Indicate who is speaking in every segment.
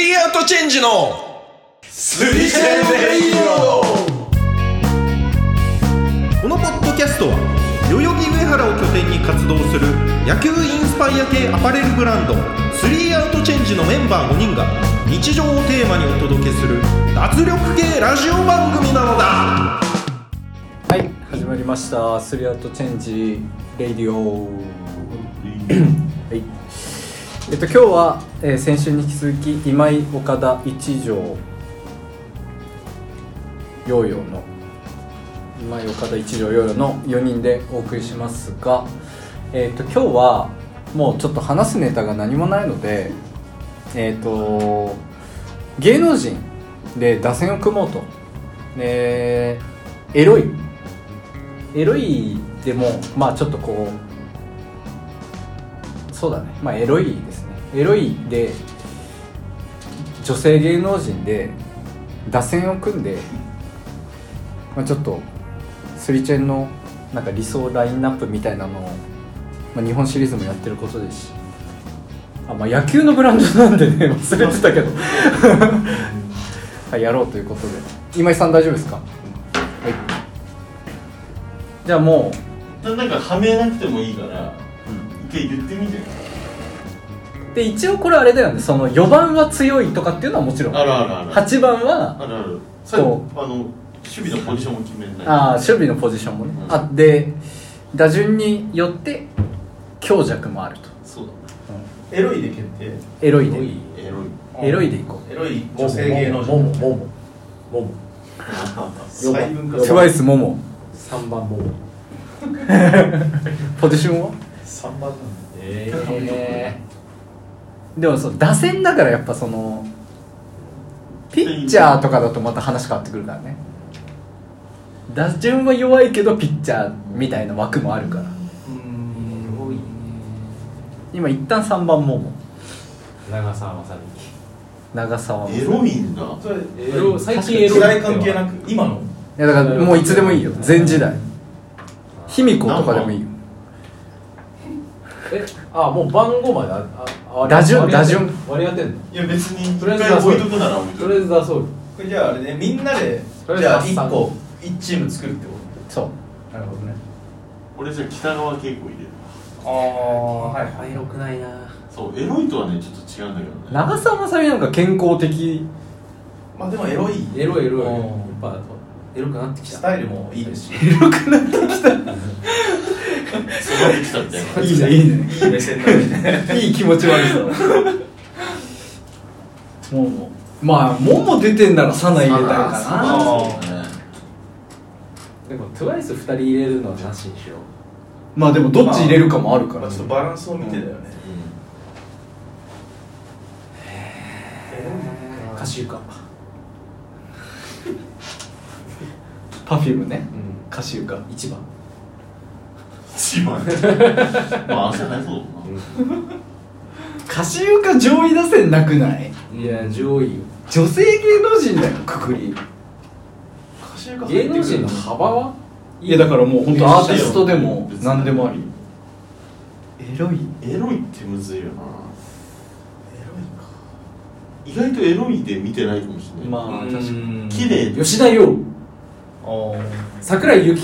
Speaker 1: チェンジの
Speaker 2: スリセンレイド
Speaker 3: このポッドキャストは代々木上原を拠点に活動する野球インスパイア系アパレルブランドスリーアウトチェンジのメンバー5人が日常をテーマにお届けする脱力系ラジオ番組なのだ
Speaker 4: はい始まりましたスリーアウトチェンジレイディオはいえっと今日は、えー先週に引き続き今井岡田一条ヨーヨーの今井岡田一条ヨーヨーの4人でお送りしますがえっと今日はもうちょっと話すネタが何もないのでえっと芸能人で打線を組もうとでエロいエロいでもまあちょっとこうそうだねまあエロいですねエロいで女性芸能人で打線を組んで、まあ、ちょっとスリチェンのなんか理想ラインナップみたいなのを、まあ、日本シリーズもやってることですしあ、まあ、野球のブランドなんでね忘れてたけどはいやろうということで今井さん大丈夫ですかはいじゃあもう
Speaker 2: なんかはめなくてもいいから、一回言ってみて
Speaker 4: で一応これあれだよねその4番は強いとかっていうのはもちろん
Speaker 2: あるあるある
Speaker 4: 8番は
Speaker 2: あるあるそれあ
Speaker 4: こ
Speaker 2: の守備のポジションも決めない
Speaker 4: あー守備のポジションもね、
Speaker 2: うん
Speaker 4: あって打順によって強弱もあると
Speaker 2: そうだ、エロいで決定
Speaker 4: エロいで
Speaker 2: エロい
Speaker 4: エロいでいこ
Speaker 2: エロい女性芸能人
Speaker 5: モモモモモモ
Speaker 2: 細分化
Speaker 4: う
Speaker 2: す
Speaker 4: ト
Speaker 2: る
Speaker 4: ワイスモモ
Speaker 5: 三番モモ
Speaker 4: ポジションは
Speaker 5: 三番なんだ
Speaker 2: え
Speaker 4: でもその打線だからやっぱそのピッチャーとかだとまた話変わってくるからね打順は弱いけどピッチャーみたいな枠もあるから
Speaker 2: うんエロいね
Speaker 4: 今一旦3番モモ
Speaker 6: 長澤まさみ
Speaker 4: 長澤まさみ
Speaker 2: エロいんだ
Speaker 5: それ
Speaker 6: エロ最近エロ
Speaker 5: 世代関係なく今
Speaker 4: い
Speaker 5: の
Speaker 4: やだからもういつでもいいよ全時代卑弥呼とかでもいいよ
Speaker 6: えあもう番号まであああ
Speaker 4: 打順
Speaker 6: 割り当て
Speaker 4: 打順
Speaker 6: 割り当てんの
Speaker 2: いや別に一
Speaker 6: とりあえ
Speaker 2: 回
Speaker 6: ず出そ
Speaker 2: 置
Speaker 6: う
Speaker 2: いとくなら置いと
Speaker 6: とりあえ
Speaker 2: く
Speaker 6: ず出そう
Speaker 5: これじゃああれねみんなで
Speaker 6: とり
Speaker 5: じゃ
Speaker 6: あえ
Speaker 5: あ
Speaker 6: ず
Speaker 5: 一
Speaker 6: 発散
Speaker 5: 個一チーム作るってこ
Speaker 4: そう
Speaker 5: となるほどね
Speaker 2: 俺じゃあ北川景子入れる
Speaker 5: ああはいはい
Speaker 6: よくないな
Speaker 2: そうエロいとはねちょっと違うんだけどね
Speaker 4: 長澤まさみなんか健康的
Speaker 5: まあでもエロい
Speaker 6: エロいエロい
Speaker 5: うん
Speaker 6: やっぱエロくなってき
Speaker 5: ス
Speaker 6: た
Speaker 5: タイルもいいですし
Speaker 2: 育ってきたみたいない
Speaker 4: いねいいね
Speaker 5: いい目線だね
Speaker 4: いい気持ち悪さももまあもも出てんならサナ入れたいか
Speaker 5: あ
Speaker 4: な
Speaker 2: そ
Speaker 5: ー
Speaker 2: うだね
Speaker 6: でも TWICE2 人入れるのはなしにしよう
Speaker 4: まあでもどっち入れるかもあるか
Speaker 5: ま
Speaker 4: ら
Speaker 5: あ
Speaker 4: ね
Speaker 5: ちょっとバランスを見てだよね
Speaker 6: 歌手か
Speaker 4: パフュームね
Speaker 6: うん
Speaker 4: 歌手か
Speaker 6: 一番
Speaker 2: 一番まあ汗ないそう
Speaker 4: 歌手か上位打線なくない
Speaker 6: いや上位よ
Speaker 4: 女性芸能人だよくくり
Speaker 5: 歌手が入
Speaker 6: 芸
Speaker 5: ってくる
Speaker 6: 能人の幅はい
Speaker 4: やだからもう本当アーティストでも何でもありエロい
Speaker 2: だなエロいってむずいよなエロいか意外とエロいで見てないかもしれない、
Speaker 4: まあ確かに
Speaker 2: 綺麗で
Speaker 6: 吉田洋
Speaker 5: あ
Speaker 6: 桜井由紀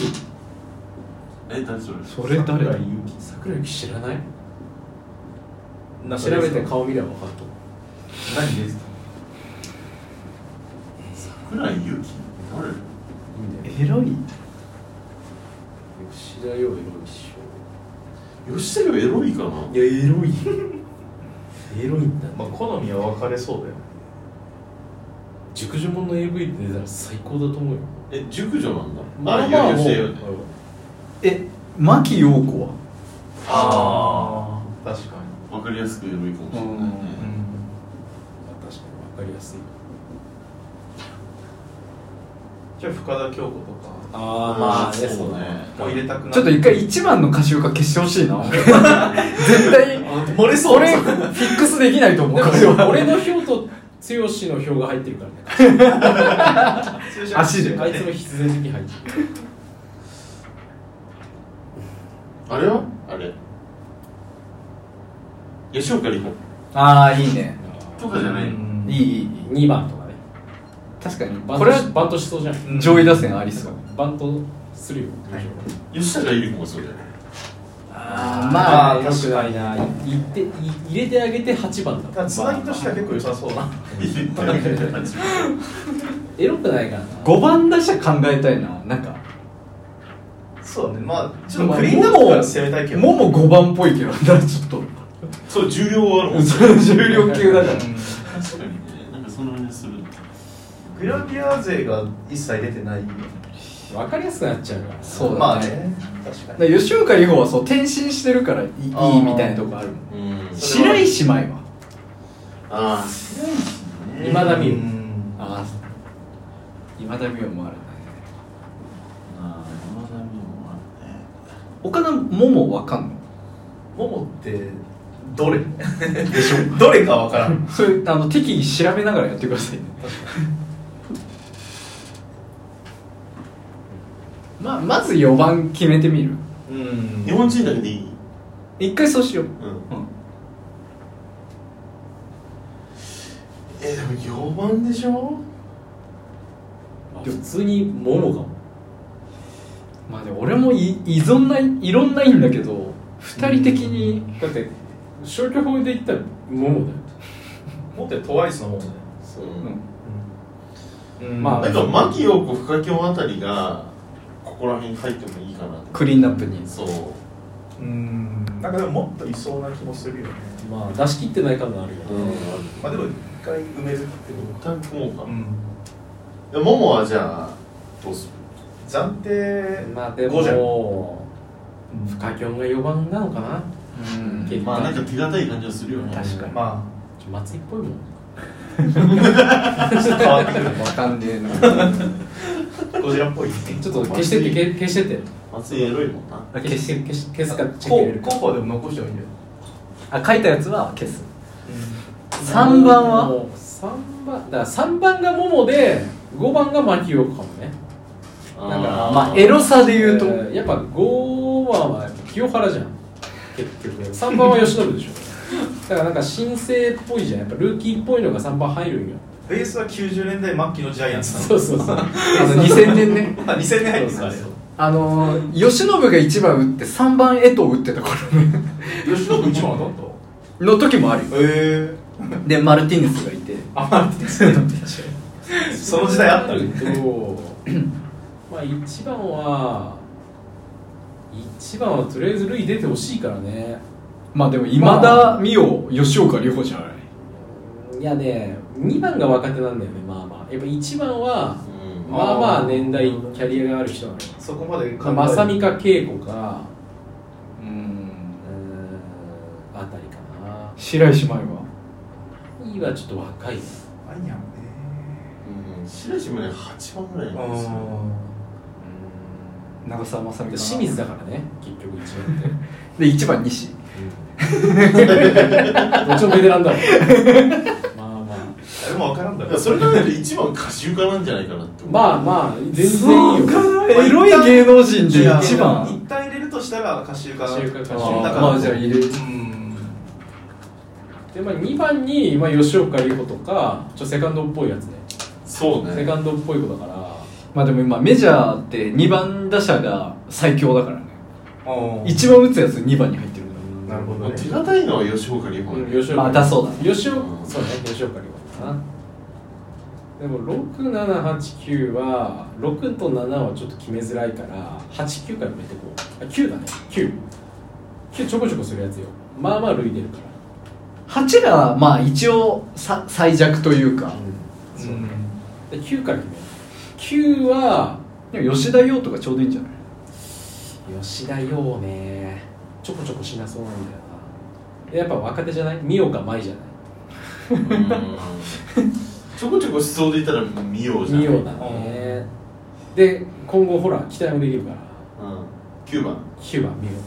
Speaker 2: え何それ
Speaker 4: それ誰だ
Speaker 6: 桜井由紀知らない
Speaker 5: あなんか
Speaker 6: 調べて顔見れば分かると思う
Speaker 5: 何ですか
Speaker 2: 桜井由紀誰
Speaker 4: エロい
Speaker 6: 吉田洋エロいっし
Speaker 2: 吉田よエロいかな
Speaker 5: やエロ
Speaker 6: ょ
Speaker 5: い
Speaker 6: エロいんだ
Speaker 5: まあ好みは分かれそうだよ
Speaker 6: 熟女もんの AV って出たら最高だと思うよ
Speaker 2: え熟女なんだ
Speaker 6: まあ
Speaker 2: あ
Speaker 6: まあ
Speaker 2: 吉田よね
Speaker 4: え牧陽子は
Speaker 5: ああ確かに
Speaker 2: わかりやすくエロいかもしれないね
Speaker 5: う、ん
Speaker 6: 確かに分かりやすい
Speaker 5: じゃあ深田恭子とか
Speaker 6: あ
Speaker 2: そうね
Speaker 5: もう入れたくない
Speaker 4: ちょっと一回一番の歌手が消してほしいな 絶 対
Speaker 5: 漏れそう
Speaker 4: 俺フィックスできないと思うこれ
Speaker 6: でも
Speaker 4: は
Speaker 6: 俺の票と剛の票が入ってるからね
Speaker 4: 足で
Speaker 6: あいつも必然的に入ってる
Speaker 2: あれはあれ吉岡里帆
Speaker 4: ああいいね
Speaker 2: とかじゃないの
Speaker 4: うん
Speaker 2: いいいいいい
Speaker 6: 2番とかね
Speaker 4: 確かに
Speaker 6: バント
Speaker 4: これは
Speaker 6: しバントしそうじゃん、
Speaker 2: うん
Speaker 4: 上位打線ありそう
Speaker 6: バントするよ、
Speaker 2: 吉高由里子もそうじゃない
Speaker 6: あ
Speaker 5: ーまあね
Speaker 6: 確かにな入ってい入れてあげて8番だ
Speaker 5: だからつなぎとしては結構良さそうな。
Speaker 6: エロくないかな
Speaker 4: 5番打者考えたいななんか
Speaker 5: そうだね。まあ、ちょっとクリーンナップから攻めたいけど。
Speaker 4: もも5番っぽいけどだから ちょっと
Speaker 2: そう重量はあるもん
Speaker 4: その重量級だから
Speaker 2: 確かにねなんかその辺する
Speaker 5: グラビア勢が一切出てないよね。
Speaker 6: 分かりやすくなっちゃうから
Speaker 4: そうだね
Speaker 5: まあね。確かに。
Speaker 4: だから吉岡里帆はそう転身してるからいいいい
Speaker 5: あー
Speaker 4: みたいなとこあるもん
Speaker 2: うん
Speaker 5: それ
Speaker 4: 白
Speaker 5: は
Speaker 4: 石麻衣は
Speaker 2: あ
Speaker 6: 今田美
Speaker 5: う
Speaker 6: 優
Speaker 5: ん
Speaker 4: あ今田美桜もあるね
Speaker 2: あ山田美桜もあるね
Speaker 4: 岡田ももわかんの
Speaker 5: ももって、どれでしょ どれかわからん。
Speaker 4: それあの適宜調べながらやってくださいねまあまず4番決めてみる
Speaker 5: うん
Speaker 2: 日本人だけでいい
Speaker 4: 一回そうしよう、
Speaker 2: うん
Speaker 4: うん、
Speaker 2: えでも4番でしょ
Speaker 6: まあ普通にモモかも
Speaker 4: まあでも俺もい依存ないいろんないんだけど2人的に
Speaker 6: だって消去法で言ったらモモだよ
Speaker 5: もってトワイスのもんね。
Speaker 2: そう
Speaker 4: う
Speaker 5: うん
Speaker 6: まあ
Speaker 2: なんか牧陽子深京あたりがここら辺に入ってもいいかなと
Speaker 4: んクリーンナップに
Speaker 2: そう
Speaker 5: うん。なんかでももっといそうな気もするよね。
Speaker 6: まあ出し切ってない感があるよね、
Speaker 2: うん
Speaker 5: まあでも一回埋めるってこ
Speaker 2: 一旦組もうか
Speaker 5: とうん。
Speaker 2: でももはじゃあどうする
Speaker 5: 暫定
Speaker 6: まあで
Speaker 5: 5じゃん
Speaker 6: も深きょんが4番なのかな
Speaker 4: うん
Speaker 6: 結
Speaker 2: まあなんか手堅い感じはするよね
Speaker 4: 確かに
Speaker 5: ま
Speaker 6: ちょ松井っぽいもん
Speaker 5: あ、ちょっと変わってくるね。
Speaker 4: わかんねえな
Speaker 5: ゴジラっぽい。
Speaker 6: ちょっと消してって消消してって
Speaker 2: 松井エロいもんな
Speaker 6: 消して消し消すかチェック入
Speaker 5: こ
Speaker 6: れ
Speaker 5: う
Speaker 6: るか
Speaker 5: 候補でも残してもいいんだよ。
Speaker 4: あ書いたやつは消す3番は
Speaker 6: もう三番だから3番がモモで5番が牧陽子かもねなんか
Speaker 4: まあエロさで言うと、
Speaker 6: えーやっぱ5番は清原じゃん結局3番は吉信でしょだからなんか新生っぽいじゃんやっぱルーキーっぽいのが3番入るんよ
Speaker 5: ベースは90年代末期のジャイアンツなの。
Speaker 6: そうそうそ
Speaker 4: あ
Speaker 6: う
Speaker 4: の2000年ね
Speaker 5: あ、2000年 入って
Speaker 6: そう
Speaker 5: た
Speaker 6: そうそう
Speaker 4: あのー慶喜が1番打って3番江藤打ってた頃ね
Speaker 5: 吉野君一番当たっ
Speaker 4: の時もあるよ
Speaker 5: たええ
Speaker 4: でマルティネスがいて
Speaker 5: あ、まあ、その時代あった
Speaker 6: え
Speaker 5: ね。
Speaker 6: っと まあ一番は一番はとりあえず塁出てほしいからね
Speaker 4: まあでも
Speaker 6: 今田
Speaker 4: 美桜吉岡里帆じゃない
Speaker 6: いやね2番が若手なんだよねまあまあやっぱ1番は
Speaker 2: うん
Speaker 6: まあまあ年代キャリアがある人なのよ
Speaker 5: そこまで考え
Speaker 6: まあ正美か恵子か
Speaker 4: うん
Speaker 6: うーんあたりかな
Speaker 4: 白石麻衣はい
Speaker 6: いはちょっと若い
Speaker 5: あいやんね。
Speaker 2: うん白石もね8番ぐらいなんですよ
Speaker 4: 長澤まさみかな
Speaker 6: 清水だからね結局一番って
Speaker 4: で1番西
Speaker 6: どっちもベテランだもん まあまあ
Speaker 5: 誰もわからんだ
Speaker 2: だからそれ考えると一番歌集家なんじゃないかなって思う
Speaker 6: まあまあ全然いいよ
Speaker 4: エロい芸能人で1番
Speaker 5: 一旦入れるとしたら歌集か。
Speaker 6: 歌集か歌集
Speaker 5: うん
Speaker 6: か
Speaker 4: まあじゃあ入れる
Speaker 5: うん。
Speaker 6: で、まあ、2番に、まあ、吉岡里帆とかちょっとセカンドっぽいやつね
Speaker 2: そう
Speaker 6: セ
Speaker 2: ね
Speaker 6: カンドっぽい子だから
Speaker 4: まあでも今メジャーって2番打者が最強だからね
Speaker 5: おー
Speaker 4: 1番打つやつ2番に入ってるか
Speaker 5: なるほど
Speaker 2: まあ
Speaker 5: ね。
Speaker 2: 手堅いのは吉岡里帆
Speaker 6: うん
Speaker 2: ね
Speaker 6: 吉岡
Speaker 4: まあだそうだ
Speaker 6: 吉岡そうね吉岡里帆かなでも6789は6と7はちょっと決めづらいから89から埋めてこうあ9だね99ちょこちょこするやつよまあまあ類出るから
Speaker 4: 8がまあ一応さ最弱というか
Speaker 5: う
Speaker 6: そうね
Speaker 5: ん
Speaker 6: で9から決める9は
Speaker 4: でも吉田洋とかちょうどいいんじゃない
Speaker 6: 吉田洋ねちょこちょこしなそうなんだよなでやっぱ若手じゃない美岡舞じゃな
Speaker 2: う
Speaker 6: い
Speaker 2: んちょこちょこ思想で言ったら美桜じゃん
Speaker 6: 美桜だねで今後ほら期待もできるから
Speaker 2: うん9番
Speaker 6: 9番美桜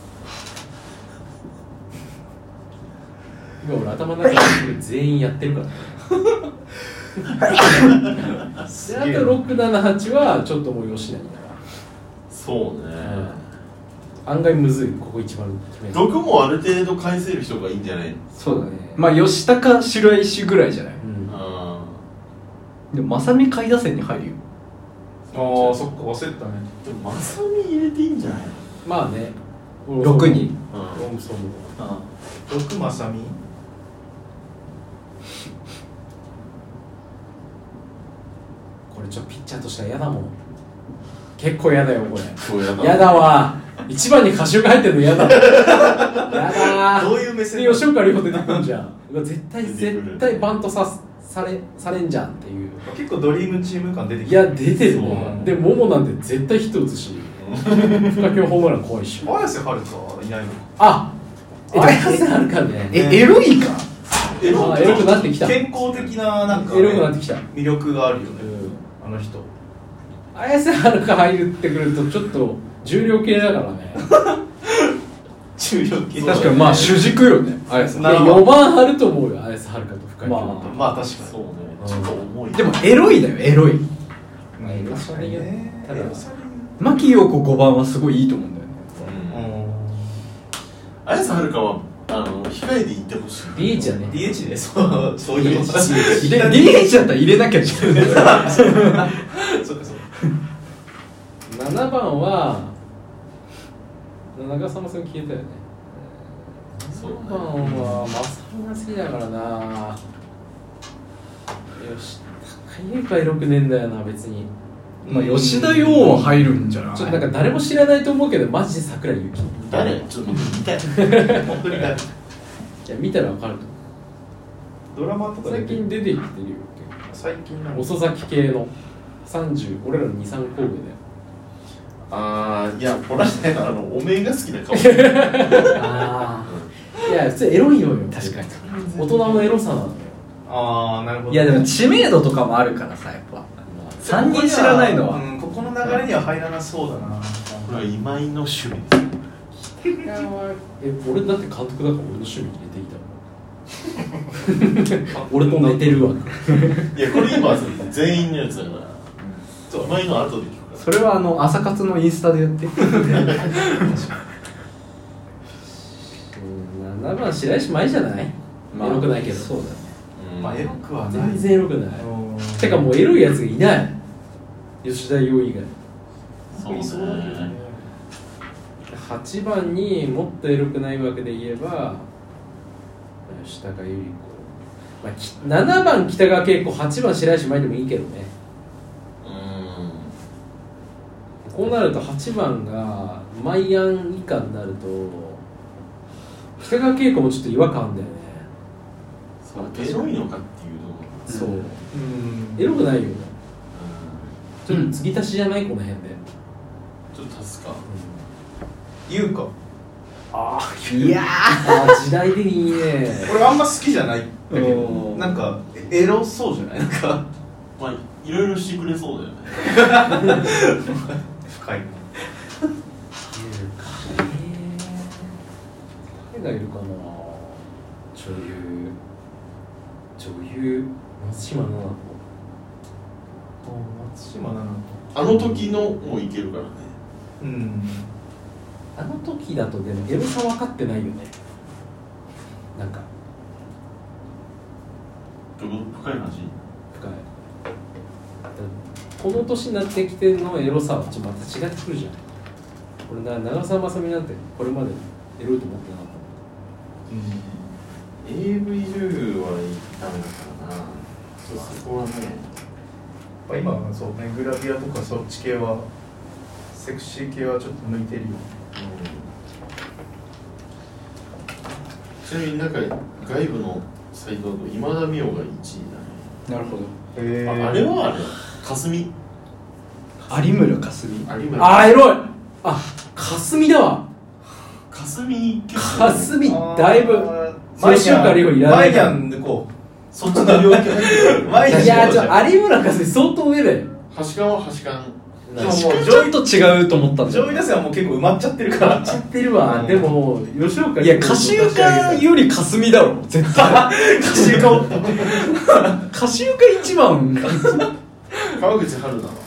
Speaker 6: 今俺頭の中で全員やってるからねであと678はちょっともう吉成だか
Speaker 2: そうね
Speaker 6: ら案外むずいここ一番決める
Speaker 2: 毒もある程度返せる人がいいんじゃないの
Speaker 4: そうだねまあ吉高白石ぐらいじゃない
Speaker 6: うん
Speaker 2: あ
Speaker 1: でも正美下位打線に入るよ
Speaker 5: ああそっか忘れてたね
Speaker 2: でもまさみ入れていいんじゃない
Speaker 6: まあね
Speaker 1: 6人
Speaker 2: の
Speaker 6: 俺もそう思う
Speaker 1: あ
Speaker 5: 六まさみ
Speaker 6: これちょっとピッチャーとしては嫌だもん結構嫌だよこれ
Speaker 2: そうやな
Speaker 6: 嫌だわ一番に歌手が入ってるの嫌だ嫌だ
Speaker 5: どういう目線
Speaker 6: で吉岡里帆出てくるじゃんうわ絶対
Speaker 2: 出てくる
Speaker 6: 絶対バントさされされんじゃんっていう
Speaker 5: 結構ドリームチーム感出てき
Speaker 6: い
Speaker 5: た
Speaker 6: や出てる
Speaker 5: そう
Speaker 6: ねでももなんて絶対ヒット打つし深京ホームラン怖いし
Speaker 5: 綾瀬はるかいないの
Speaker 6: あえ綾瀬あるかね
Speaker 1: えエロいか
Speaker 5: エ
Speaker 6: ロエロくなってきた
Speaker 5: 健康的ななんか、
Speaker 6: エロくなってきた
Speaker 5: 魅力があるよ
Speaker 6: う
Speaker 5: ね
Speaker 6: ん
Speaker 5: あの人
Speaker 6: 綾瀬はるか入ってくるとちょっと重量系だからね
Speaker 5: 重量級
Speaker 1: 確かにまあ主軸よねあれ
Speaker 5: そうなるほど
Speaker 6: 4番あると思うよ綾瀬はるかと深京
Speaker 1: まあ
Speaker 5: まあ確かに
Speaker 2: そうねちょっと重い
Speaker 1: でもエロいだよエロい
Speaker 6: まあエロさによっただ
Speaker 5: エロさに
Speaker 1: 牧陽子5番はすごいいいと思うんだよね
Speaker 2: うん
Speaker 5: う
Speaker 2: 綾瀬はるかはあの控えで行ってほしい
Speaker 6: DH だね
Speaker 5: ん DH ねそうそういうこと
Speaker 1: 入れ DH だったら入れなきゃいけない
Speaker 5: そうかそうか
Speaker 6: 7番は長澤まさん消えたよね
Speaker 2: そうね
Speaker 6: 7番はまさみが好きだからなよし高いかよくねえんだよな別に
Speaker 1: まあ吉田洋は入るんじゃない
Speaker 6: ちょっとなんか誰も知らないと思うけどマジで桜井ゆきい
Speaker 2: 誰ちょっと見たい
Speaker 5: 本当にね
Speaker 6: や見たらわかると思
Speaker 5: ドラマと
Speaker 6: う
Speaker 5: か
Speaker 6: 最
Speaker 5: 出て
Speaker 6: 近
Speaker 5: る
Speaker 6: 出てきてるよ
Speaker 5: 最近な
Speaker 6: 結
Speaker 5: の
Speaker 6: 構遅咲き系の30俺らの23神戸だよ
Speaker 2: ああいやこらしてあのおめえが好きな顔
Speaker 6: ああいや普通エロいのよ
Speaker 1: 確かに
Speaker 6: 大人のエロさなのよ
Speaker 5: ああなるほど
Speaker 1: いやでも知名度とかもあるからさやっぱ3人知らないのは
Speaker 5: うんここの流れには入らなそうだな
Speaker 2: これは今井の趣味
Speaker 6: え俺だって監督だから俺の趣味に入れていたもん俺 と寝てるわ
Speaker 2: いやこれ今全員のやつだからそう今井の後で聞く
Speaker 1: それはあの朝活のインスタでやって
Speaker 6: 7番白石麻衣じゃない、エロくないけど
Speaker 1: そうだね
Speaker 2: から
Speaker 5: まあエロくはない
Speaker 6: 全然エロくない
Speaker 5: うん
Speaker 6: てかもうエロいやつがいない吉田洋以外
Speaker 2: そうね
Speaker 5: いそうだけどね
Speaker 6: 8番にもっとエロくないわけで言えば吉高由里子、まあき、7番北川景子8番白石麻衣でもいいけどね
Speaker 2: うん
Speaker 6: こうなると8番がマイアン以下になると北川景子もちょっと違和感あんだよね、
Speaker 2: そうエロいのかっていうのも
Speaker 6: そう
Speaker 5: うん
Speaker 6: エロくないよ
Speaker 2: う
Speaker 6: ちょっと継ぎ足しじゃないこの辺で、
Speaker 2: んちょっと足すか
Speaker 5: 優香
Speaker 6: いやー時代的にね
Speaker 5: 俺あんま好きじゃないんだけ
Speaker 1: う
Speaker 5: ど
Speaker 1: ん
Speaker 5: なんかエロそうじゃないなんか
Speaker 2: まあいろいろしてくれそうだよね
Speaker 5: 深い
Speaker 6: 誰がいるかな女優女優松島奈々
Speaker 5: 松島奈々
Speaker 2: あの時のもういけるからね
Speaker 5: うん
Speaker 6: 子あの時だとでもエロさ分かってないよねなんか
Speaker 2: ちょっと深い話
Speaker 6: 深いこの年になってきてのエロさはちょっとまた違ってくるじゃんこれな長澤まさみなんてこれまでエロいと思ってなかったもん
Speaker 2: AV 女優はダメだからなそうそこはね
Speaker 5: まあ今はそうねグラビアとかそっち系はセクシー系はちょっと向いてるよ
Speaker 2: ちなみになんか外部のサイトだと今田美桜が1位だね
Speaker 1: なるほど
Speaker 5: へえ
Speaker 2: ああれはあれ霞
Speaker 1: 有村架純
Speaker 2: 有
Speaker 6: あ
Speaker 2: 村
Speaker 6: ーエロいあ霞だわ
Speaker 2: 霞結構
Speaker 6: 霞だいぶ吉岡里帆いらない
Speaker 5: マイアン抜こ
Speaker 2: そっちの領域入ってく
Speaker 5: う
Speaker 2: る
Speaker 5: マイアン
Speaker 6: いやちょ有村架純相当上だよ
Speaker 2: 端かは端か
Speaker 5: でももう
Speaker 1: ちょっと違うと思ったんだ
Speaker 5: 上
Speaker 1: よ
Speaker 5: 位打線はもう結構埋まっちゃってるから
Speaker 6: 知ってるわ、
Speaker 5: うん
Speaker 6: でももう吉岡
Speaker 1: いや歌手床よりかすみだろ絶対
Speaker 5: 走り顔
Speaker 1: 歌手床一番
Speaker 2: 川口春奈は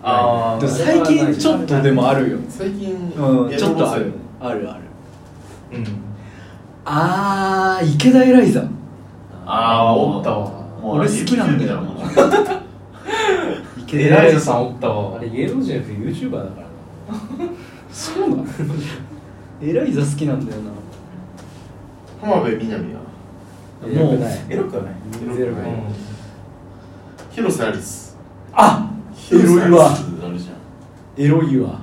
Speaker 5: あ
Speaker 1: でも最近ちょっとでもあるよね
Speaker 2: 最近、
Speaker 1: うん
Speaker 2: や
Speaker 1: ちょっとあ
Speaker 2: ろ
Speaker 1: る
Speaker 2: うと
Speaker 1: あるある
Speaker 5: うん
Speaker 1: あー池田エライザ
Speaker 2: ああおった
Speaker 5: わ
Speaker 2: もうあれ
Speaker 1: 俺好きなんだよ
Speaker 2: もう
Speaker 6: ケ
Speaker 5: ライザさんおったわ
Speaker 6: あれ芸能人じゃなくて YouTuber だからなそうなの
Speaker 4: エライザ好きなんだよな
Speaker 2: 浜辺美波は
Speaker 6: もうない
Speaker 5: エロくはない
Speaker 6: 全然エロくない
Speaker 2: 広瀬アリス
Speaker 6: あ
Speaker 2: 広瀬ア
Speaker 6: エロいわ
Speaker 2: リスあるじゃん
Speaker 6: エロいわ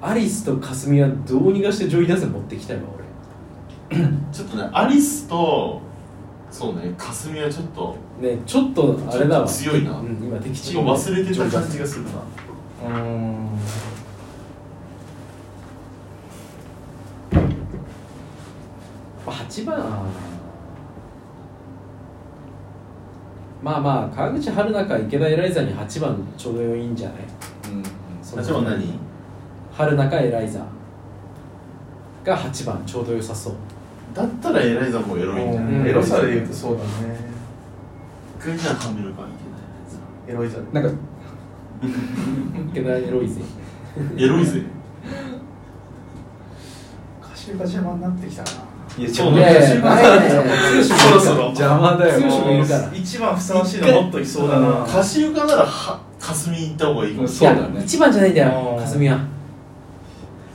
Speaker 6: アリスとカスミはどうにかして上位打線持ってきたいわ俺
Speaker 2: ちょっとねアリスとそうね霞はちょっと
Speaker 6: ねちょっとあれだわ
Speaker 2: ちょっと強いな
Speaker 6: うん、今敵チ
Speaker 2: ち
Speaker 6: ー
Speaker 2: ょっ
Speaker 6: ム
Speaker 2: と忘れてた感じ
Speaker 6: が
Speaker 2: がするな
Speaker 5: うん
Speaker 6: 8番まあまあ川口春奈か池田エライザに8番ちょうどいいんじゃないその
Speaker 2: あじゃあ何
Speaker 6: 春奈かエライザが8番ちょうど良さそう
Speaker 2: だったらエライザもエロいんじゃない
Speaker 5: エロさで言うとそうだね
Speaker 2: グリナカメルがい
Speaker 5: エロいじゃん
Speaker 7: なんか
Speaker 6: 池田エロいぜ
Speaker 2: けないエロいぜ
Speaker 5: カシュが邪魔になってきたない
Speaker 2: や
Speaker 6: いやいやいや
Speaker 5: そろそろ
Speaker 4: 邪魔だよ
Speaker 6: 剛もいるから
Speaker 5: 一番ふさわしいのもっといそうだな
Speaker 2: カシウカならは霞行った方がいいかも
Speaker 4: そうだね
Speaker 6: 1番じゃないんだ
Speaker 5: う
Speaker 6: よ
Speaker 5: ん
Speaker 6: かすみは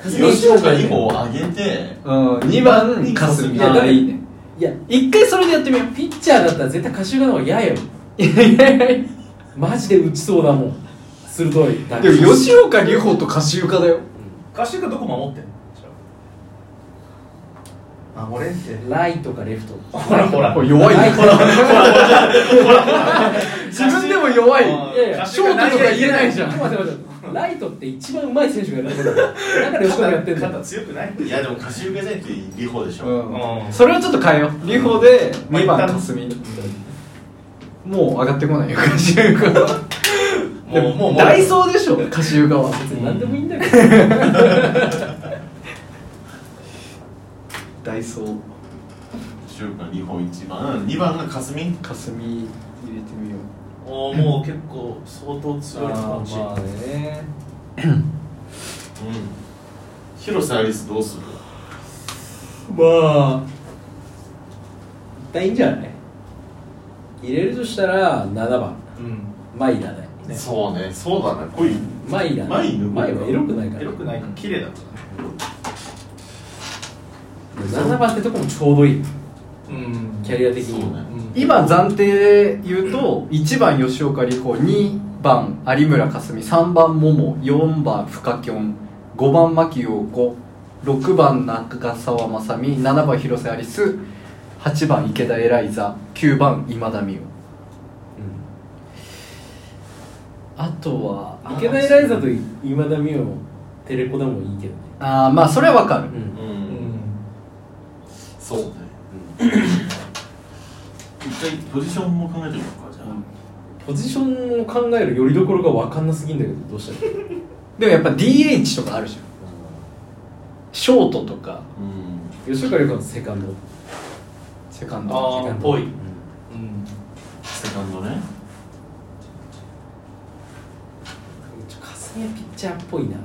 Speaker 2: 吉岡2歩を上げて
Speaker 4: うん2番かすみ
Speaker 6: いやだって
Speaker 4: ね
Speaker 6: いや一回それでやってみようピッチャーだったら絶対カシュガの方が嫌よマジで打ちそうだもん鋭い打球
Speaker 4: でも吉岡里帆と柏床だよ
Speaker 5: カシュがどこ守ってんの守れんって
Speaker 6: ライトかレフト
Speaker 5: ほらほ ら
Speaker 4: 弱い
Speaker 6: ライ
Speaker 4: ね
Speaker 6: トか
Speaker 4: 自分でも弱い
Speaker 5: うん
Speaker 6: いやいや
Speaker 5: ショートとか言えないじゃん
Speaker 6: ちょっと待って待って待ってライトって一番うまい選手がやるとこだからだから吉岡やってんだよ
Speaker 5: 強くない
Speaker 2: いやでもカシウカじゃなくてリホでしょ、
Speaker 4: うん
Speaker 5: うん
Speaker 4: それをちょっと変えようリホで
Speaker 5: まあ
Speaker 4: 2番かすみもう上がってこないよ柏床はでももうダイソーでしょ柏床は
Speaker 6: 別に何でもいいんだけど
Speaker 4: ダイソ
Speaker 2: カ
Speaker 4: ー
Speaker 2: シウカリホ1番2番が霞
Speaker 4: かすみ入れてみよう
Speaker 2: おおもう結構相当強い感じ、
Speaker 6: あね
Speaker 2: うん広瀬アリスどうする
Speaker 6: まあ一体いいんじゃない入れるとしたら7番
Speaker 5: うん
Speaker 6: マイだね
Speaker 2: そうねそうだな恋
Speaker 6: マイだね
Speaker 2: マイ抜く
Speaker 6: マイはエロくないから
Speaker 5: エロくないから綺麗だったね
Speaker 6: 7番ってとこもちょうどいい
Speaker 5: うん
Speaker 6: キャリア的
Speaker 2: そう
Speaker 6: に
Speaker 2: ね
Speaker 4: 今暫定で言うと1番吉岡里帆2番有村架純3番桃4番深きょん5番牧陽子6番中澤まさみ7番広瀬アリス8番池田エライザ9番今田美桜あとは
Speaker 6: 池田エライザと今田美桜もテレコでもいいけどね
Speaker 4: あーまあそれはわかる
Speaker 6: うん
Speaker 2: う
Speaker 5: うんん
Speaker 2: そうね一回ポジションも考えてみようかじゃあ、
Speaker 6: ポジションを考えるよりどころが分かんなすぎんだけどどうしたらいい
Speaker 4: でもやっぱ DH とかあるじゃんショートとか
Speaker 2: うん
Speaker 6: 吉岡里帆のセカンド
Speaker 4: セカンド
Speaker 5: ああぽいうん
Speaker 2: セカンドね
Speaker 6: ちょかすみはピッチャーっぽいなでも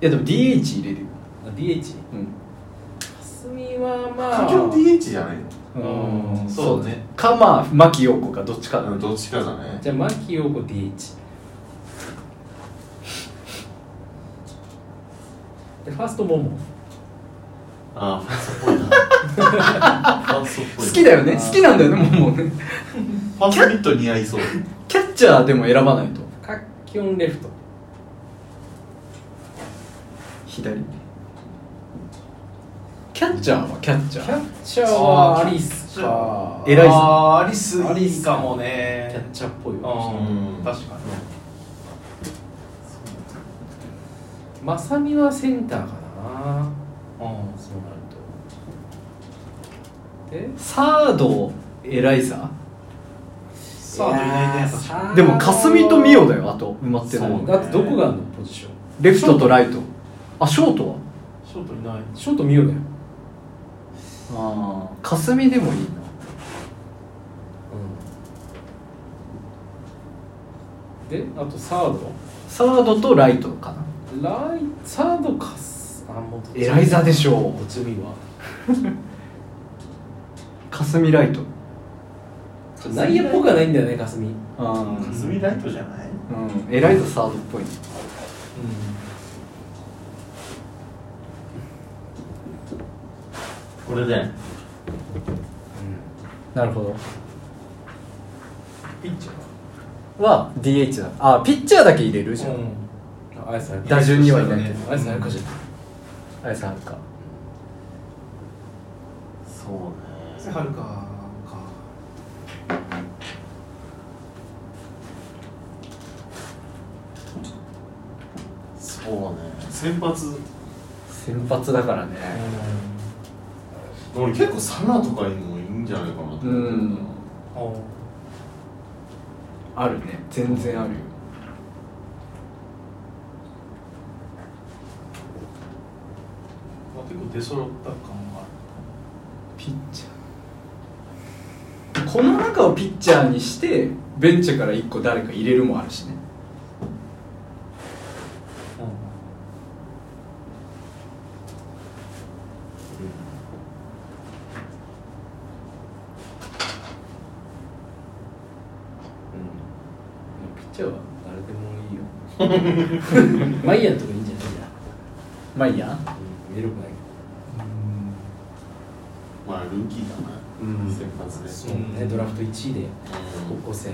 Speaker 4: いやでも DH 入れるよ、
Speaker 6: あ DH
Speaker 4: うん
Speaker 6: かすみはまあ
Speaker 2: 基本 DH じゃないの
Speaker 5: うん
Speaker 4: そ
Speaker 5: そうう
Speaker 4: ね
Speaker 5: ね
Speaker 4: かまあ牧陽子かどっちかだ
Speaker 2: うんどっちかだね
Speaker 6: じゃあ牧陽子 DH でファーストモモ
Speaker 2: あファーストっぽいなファーストっぽい
Speaker 4: 好きだよね好きなんだよねもうもうね
Speaker 2: ファーストミット似合いそう
Speaker 4: キャッチャーでも選ばないと
Speaker 6: カッキョンレフト
Speaker 4: 左キャッチャーはキャッチャ
Speaker 6: キ
Speaker 4: ー
Speaker 6: ャッチャーはアリスか
Speaker 4: エライザ
Speaker 5: あーアリス
Speaker 6: アリス
Speaker 5: いいかも
Speaker 6: キャ
Speaker 5: ね
Speaker 6: ッチャーっぽいわ
Speaker 5: う
Speaker 2: うん
Speaker 5: ん確かに
Speaker 6: まさみはセンターかなうんそうなるとで
Speaker 4: サードエライザ
Speaker 5: サードいないね確か
Speaker 4: ーでも霞と美桜だよあと埋まって
Speaker 6: そ
Speaker 4: ないう
Speaker 6: だってどこがあるのポジション
Speaker 4: レフトとライトあショートは
Speaker 5: にショートいない
Speaker 6: ショート美桜だよ
Speaker 4: ああ霞でもいいな
Speaker 6: であとサード
Speaker 4: サードとライトかな
Speaker 6: ライサードかすあもうどっちも
Speaker 4: エライザでしょ
Speaker 6: どっちもいいわ
Speaker 4: 霞ライト
Speaker 6: ちょっと内野っぽくはないんだよね、かすみ。うん。
Speaker 4: あー
Speaker 2: ズミライトじゃない
Speaker 4: うん、エライザサードっぽいね
Speaker 2: これで
Speaker 8: なるほど
Speaker 5: ピッチャー
Speaker 8: は DH だあピッチャーだけ入れるじゃん、
Speaker 6: ああいつなんか
Speaker 8: 打順にはいないけど
Speaker 6: あいつなんかじゃん。
Speaker 8: あやさんか
Speaker 2: そうね
Speaker 5: はるかか
Speaker 2: そうね先発
Speaker 8: 先発だからね
Speaker 2: 俺結構サナとかにもいいんじゃないかなと思う
Speaker 4: うん
Speaker 5: お
Speaker 4: あるね全然あるよ
Speaker 5: まあ、結構出揃った感があ
Speaker 4: ピッチャーこの中をピッチャーにしてベンチから1個誰か入れるもあるしね
Speaker 5: る、
Speaker 6: ピッチャーは誰でもいいよ。マイヤーとかいいんじゃないじ
Speaker 8: まあいいや
Speaker 6: ゃん。うん、よくないけ
Speaker 2: まあルーキーだな、
Speaker 6: うん
Speaker 2: 先発で
Speaker 6: ど。そうね、ドラフト1位で、高校生。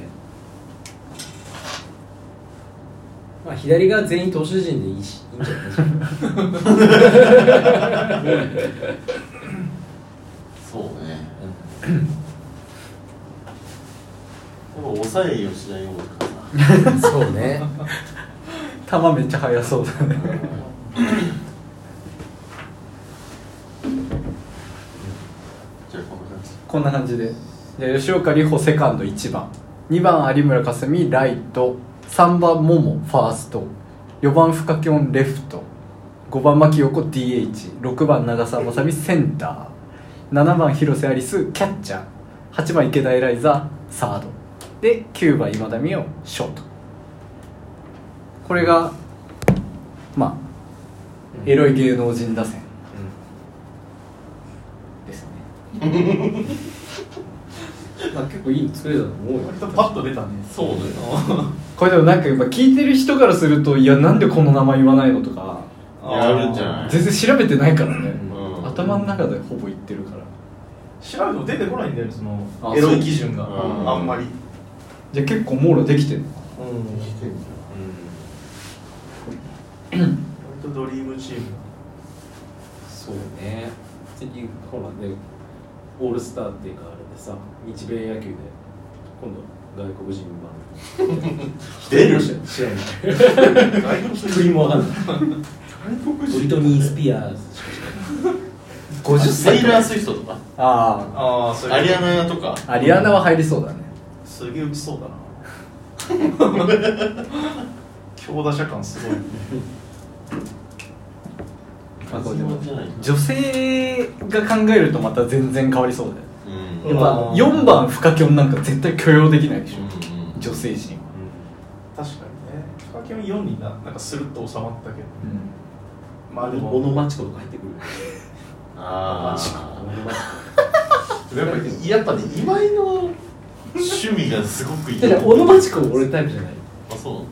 Speaker 6: まあ、左が全員投手陣でいい し、いいんじゃない
Speaker 2: そうねでも抑え吉田洋子かな
Speaker 6: そうね。
Speaker 4: 球めっちゃ速そうだね
Speaker 2: じゃあこんな感じ
Speaker 4: こんな感じでじゃあ吉岡里帆セカンド1番2番有村架純ライト3番桃ファースト4番深きょんレフト5番牧陽子 DH6 番長澤まさみセンター7番広瀬アリスキャッチャー8番池田エライザサードで9番今田美桜ショートこれがまあエロい芸能人打線ですね
Speaker 6: まあ、結構いいの作れたと思うよ。
Speaker 5: 割とパッと出たね
Speaker 2: そうね
Speaker 4: これでもなんか今聞いてる人からするといやなんでこの名前言わないのとか
Speaker 2: やるんじゃない
Speaker 4: 全然調べてないからね、
Speaker 2: うん
Speaker 4: 頭の中でほぼ言ってるから
Speaker 5: 調べても出てこないんだよねそ
Speaker 4: あ
Speaker 5: のエロい基準が
Speaker 2: そう
Speaker 5: うんあんまり
Speaker 4: じゃあ結構網羅できてるの
Speaker 5: うん
Speaker 2: 来てんじ
Speaker 5: 割とドリームチーム
Speaker 6: そうね。最近、ほらね、オールスターっていうか、あれでさ、日米野球で、今度、外国人版。
Speaker 2: 出る
Speaker 6: 試合試合に。
Speaker 5: だ外国
Speaker 6: 一人もわかんない。
Speaker 5: 国
Speaker 6: ブリ
Speaker 5: 人
Speaker 6: トニー・スピアーズしか
Speaker 2: ゃん
Speaker 4: 50
Speaker 2: セイ
Speaker 4: 歳
Speaker 2: ラースウィフトとか
Speaker 4: あ
Speaker 5: ああそれ
Speaker 2: アリアナとか
Speaker 4: あアリアナは入りそうだね
Speaker 5: すげえ打ちそうだな強打者感すごい
Speaker 4: あこうでも
Speaker 2: じゃないか
Speaker 4: 女性が考えるとまた全然変わりそうだよね
Speaker 2: うんう
Speaker 4: やっぱ
Speaker 5: うん
Speaker 4: 4番深きょんなんか絶対許容できないでしょ、
Speaker 2: ん
Speaker 4: 女性陣は、
Speaker 5: 確かにねヒカキン4にななんかスルッと収まったけどまあで
Speaker 6: り。
Speaker 5: も
Speaker 6: 小野真知子とか入ってくる。
Speaker 2: あ
Speaker 6: 小
Speaker 2: あ
Speaker 6: 野真知子
Speaker 2: やっぱりやっぱね今井の趣味がすごくいい
Speaker 6: だから小野真知子俺タイプじゃない。
Speaker 2: あそう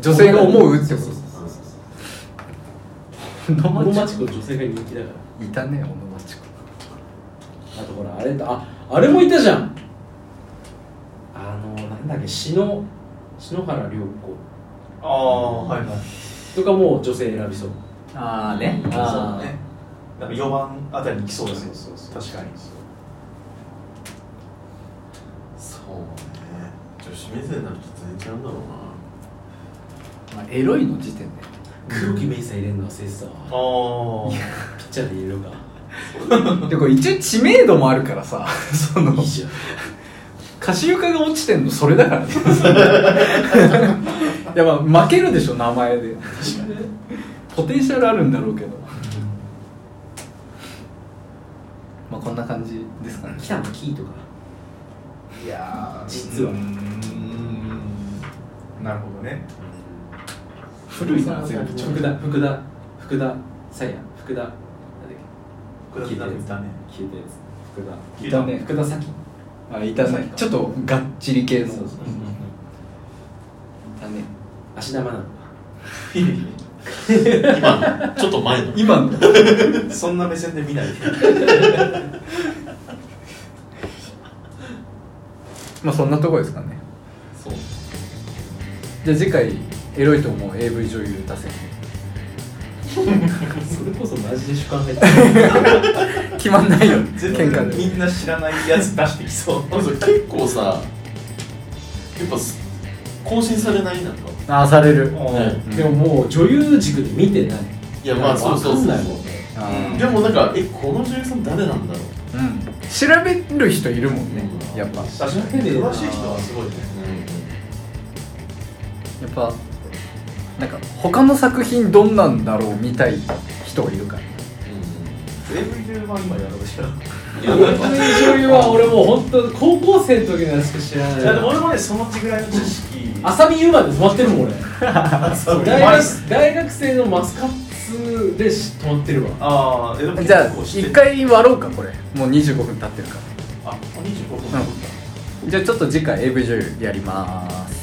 Speaker 4: 女性が思うってこ
Speaker 6: 小野
Speaker 4: と
Speaker 6: 真知子女性が人気だか
Speaker 4: いたね小野町子
Speaker 6: ら。あとほら、あれだ、あ、あれもいたじゃん。あの、なんだっけ、篠、篠原涼
Speaker 5: ああはいはい
Speaker 6: 子とかも女性選びそう。
Speaker 4: ああね
Speaker 6: あ
Speaker 5: そうねなんか4番あたりに来そうだね確かに
Speaker 2: そうね女子目線になると全然違うんだろう
Speaker 4: まあ、エロいの時点で
Speaker 6: 黒木メイサ入れるの忘れてたわ。
Speaker 5: あ
Speaker 6: ピッチャーで入れるか。
Speaker 4: でこれ一応知名度もあるからさ その
Speaker 6: いいじゃん。
Speaker 4: 歌詞床が落ちてんのそれだからねいやまあ負けるでしょ名前でポテンシャルあるんだろうけどまあこんな感じですかね
Speaker 6: 北野キーとか。
Speaker 5: あいやー
Speaker 6: 実は
Speaker 5: うーんなるほどね
Speaker 4: 古いな全部ちょっ
Speaker 6: 福田、福田、福田、さや、福田。なんだっ
Speaker 5: 福田さんいたね
Speaker 6: け。消えたやつ。福田。
Speaker 4: といたね
Speaker 6: 福田咲。
Speaker 1: あいたねちょっとがっちり系の
Speaker 6: そうそうそう
Speaker 1: いたね
Speaker 6: 足玉なの
Speaker 2: 今ちょっと前の
Speaker 1: 今の
Speaker 5: そんな目線で見ない
Speaker 4: まあそんなとこですかね
Speaker 2: そう
Speaker 4: じゃあ次回エロいと思う AV 女優打線
Speaker 6: それこそマジで主観入ってる
Speaker 4: 決まんないよ
Speaker 5: 全
Speaker 4: 喧嘩
Speaker 5: 然み
Speaker 4: で
Speaker 5: んな知らないやつ出してきそう
Speaker 2: あのさ結構さやっぱす更新されないなんか
Speaker 4: ああされる
Speaker 2: ね
Speaker 6: でももう女優軸で見てない
Speaker 2: いやまあそうそうそう
Speaker 6: わかんないもんね
Speaker 4: あー
Speaker 2: でもなんかえこの女優さん誰なんだろう
Speaker 4: うん調べる人いるもんねやっぱや
Speaker 5: 確かに詳しい人はすごいね
Speaker 4: っぱなんか他の作品どんなんだろう見たい人いるから
Speaker 5: エブリデューは今やろうしい
Speaker 6: いや本当に女優は俺もう本当高校生の時のやつしか知らない
Speaker 5: やでも俺もねそのぐらいの知識
Speaker 6: 浅見ゆうまで止まってる もん俺
Speaker 5: そう
Speaker 6: 大
Speaker 5: マイス
Speaker 6: 学大学生のマスカッツで止まってるわ
Speaker 5: ああえでも
Speaker 4: じゃあ
Speaker 5: 結構知って
Speaker 4: 一
Speaker 5: る
Speaker 4: 回割ろうかこれもう25分経ってるから
Speaker 5: あ25分
Speaker 4: じゃあちょっと次回 AV 女優やります